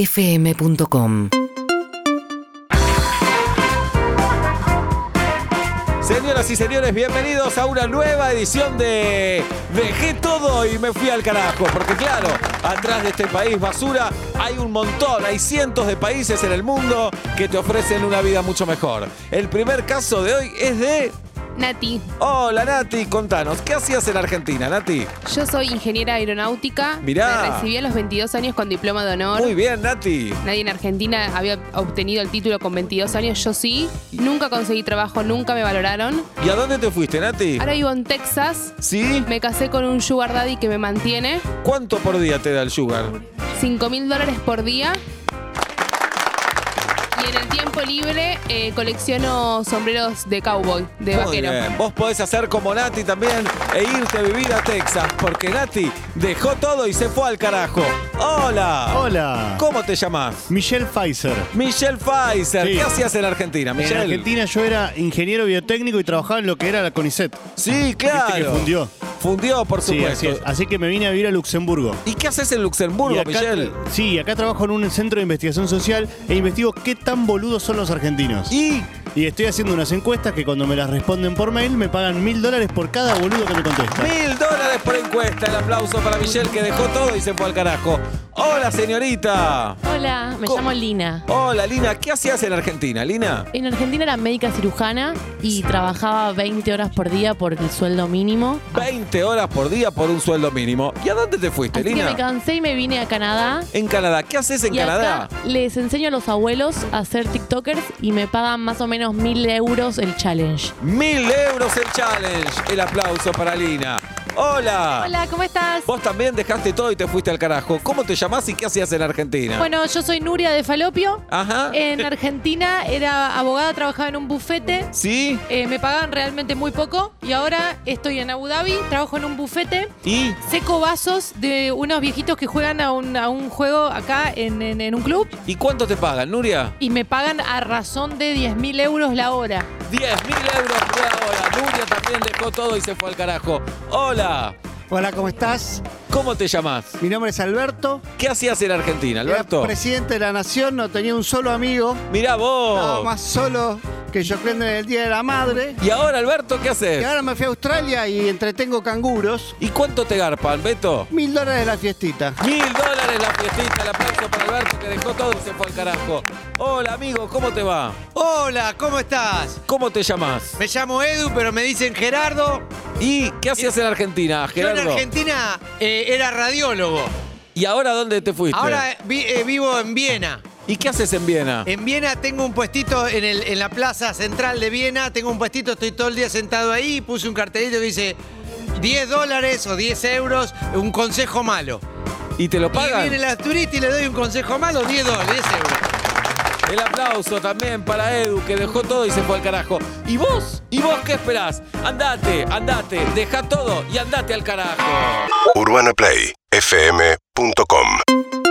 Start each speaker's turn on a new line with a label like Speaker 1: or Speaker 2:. Speaker 1: urbanaplayfm.com
Speaker 2: Señoras y señores, bienvenidos a una nueva edición de Dejé todo y me fui al carajo. Porque claro, atrás de este país basura hay un montón, hay cientos de países en el mundo que te ofrecen una vida mucho mejor. El primer caso de hoy es de...
Speaker 3: Nati,
Speaker 2: Hola Nati, contanos, ¿qué hacías en Argentina, Nati?
Speaker 3: yo soy ingeniera aeronáutica.
Speaker 2: Mirá.
Speaker 3: Me recibí a los 22 años con diploma de honor.
Speaker 2: Muy bien, Nati.
Speaker 3: Nadie en Argentina había obtenido el título con 22 años, yo sí. Nunca conseguí trabajo, nunca me valoraron.
Speaker 2: ¿Y a dónde te fuiste, Nati?
Speaker 3: Ahora vivo en Texas.
Speaker 2: ¿Sí?
Speaker 3: Me casé con un sugar daddy que me mantiene.
Speaker 2: ¿Cuánto por día te da el sugar?
Speaker 3: 5 mil dólares por día. Y en el tiempo libre eh, colecciono sombreros de cowboy, de
Speaker 2: Muy
Speaker 3: vaquero.
Speaker 2: bien. Vos podés hacer como Nati también e irte a vivir a Texas, porque Nati dejó todo y se fue al carajo. Hola.
Speaker 4: Hola.
Speaker 2: ¿Cómo te llamás?
Speaker 4: Michelle Pfizer.
Speaker 2: Michelle Pfizer.
Speaker 4: Sí.
Speaker 2: ¿Qué hacías en Argentina, Michelle?
Speaker 4: En Argentina yo era ingeniero biotécnico y trabajaba en lo que era la CONICET.
Speaker 2: Sí, claro.
Speaker 4: Viste que fundió.
Speaker 2: Fundió, por
Speaker 4: Sí,
Speaker 2: supuesto.
Speaker 4: así, es. Así que me vine a vivir a Luxemburgo.
Speaker 2: ¿Y qué haces en Luxemburgo,
Speaker 4: Y acá-
Speaker 2: Michelle?
Speaker 4: Sí, acá trabajo en un centro de investigación social e investigo qué tan boludos son los argentinos.
Speaker 2: Y
Speaker 4: Y estoy haciendo unas encuestas que cuando me las responden por mail me pagan mil dólares por cada boludo que me contesta.
Speaker 2: mil dólares por encuesta. El aplauso para Michelle que dejó todo y se fue al carajo. Hola, señorita.
Speaker 5: Hola, me
Speaker 2: ¿Cómo?
Speaker 5: llamo Lina.
Speaker 2: Hola, Lina. ¿Qué hacías en Argentina, Lina?
Speaker 5: En Argentina era médica cirujana y trabajaba 20 horas por día por el sueldo mínimo.
Speaker 2: 20 horas por día por un sueldo mínimo. ¿Y a dónde te fuiste,
Speaker 5: Así que
Speaker 2: Lina?
Speaker 5: me cansé y me vine a Canadá.
Speaker 2: En Canadá. ¿Qué haces en
Speaker 5: y
Speaker 2: Canadá?
Speaker 5: acá les enseño a los abuelos a ser TikTokers y me pagan más o menos mil euros el challenge.
Speaker 2: Mil euros el challenge. El aplauso para Lina. Hola.
Speaker 6: Hola, ¿cómo estás?
Speaker 2: Vos también dejaste todo y te fuiste al carajo. ¿Cómo te llamás y qué hacías en Argentina?
Speaker 6: Bueno, yo soy Nuria de Falopio.
Speaker 2: Ajá.
Speaker 5: eh,
Speaker 6: En Argentina era abogada, trabajaba en un bufete.
Speaker 2: ¿Sí?
Speaker 6: Eh, me pagaban realmente muy poco y ahora estoy en Abu Dhabi, trabajo en un bufete.
Speaker 2: ¿Y?
Speaker 6: Seco vasos de unos viejitos que juegan a un, a un juego acá en, en- en un club
Speaker 2: ¿Y cuánto te pagan, Nuria?
Speaker 6: y me pagan a razón de 10 mil euros la hora.
Speaker 2: 10 mil euros por hora. Nuria también dejó todo y se fue al carajo. Hola.
Speaker 7: Hola, ¿cómo estás?
Speaker 2: ¿Cómo te llamás?
Speaker 7: Mi nombre es Alberto.
Speaker 2: ¿Qué hacías en Argentina,
Speaker 7: Era
Speaker 2: Alberto?
Speaker 7: presidente de la nación, no tenía un solo amigo.
Speaker 2: Mirá
Speaker 7: Estaba
Speaker 2: vos.
Speaker 7: más solo que yo creo en el Día de la Madre.
Speaker 2: ¿Y ahora, Alberto, qué
Speaker 7: Y
Speaker 2: haces?
Speaker 7: ahora me fui a Australia y entretengo canguros.
Speaker 2: ¿Y cuánto te garpan, Beto?
Speaker 7: Mil dólares la fiestita.
Speaker 2: Mil dólares la fiestita, el aplauso para Alberto que dejó todo y se fue al carajo. Hola amigo, ¿cómo te va?
Speaker 8: Hola, ¿cómo estás?
Speaker 2: ¿Cómo te llamas?
Speaker 8: Me llamo Edu, pero me dicen Gerardo.
Speaker 2: ¿Y qué hacías en Argentina,
Speaker 8: Yo en
Speaker 2: Gerardo?
Speaker 8: Argentina eh, era radiólogo.
Speaker 2: ¿Y ahora dónde te fuiste?
Speaker 8: Ahora eh, vi- eh, vivo en Viena.
Speaker 2: ¿Y qué haces en Viena?
Speaker 8: En Viena tengo un puestito en, el- en la plaza central de Viena. Tengo un puestito, estoy todo el día sentado ahí. Puse un cartelito que dice 10 dólares o 10 euros, un consejo malo.
Speaker 2: ¿Y te lo
Speaker 8: Y
Speaker 2: pagan?
Speaker 8: viene la turista y le doy un consejo malo, 10 dólares, 10 euros.
Speaker 2: El aplauso también para Edu, que dejó todo y se fue al carajo. ¿Y vos? ¿Y vos qué esperás? Andate, andate, deja todo y andate al carajo.
Speaker 9: UrbanaPlayFM.com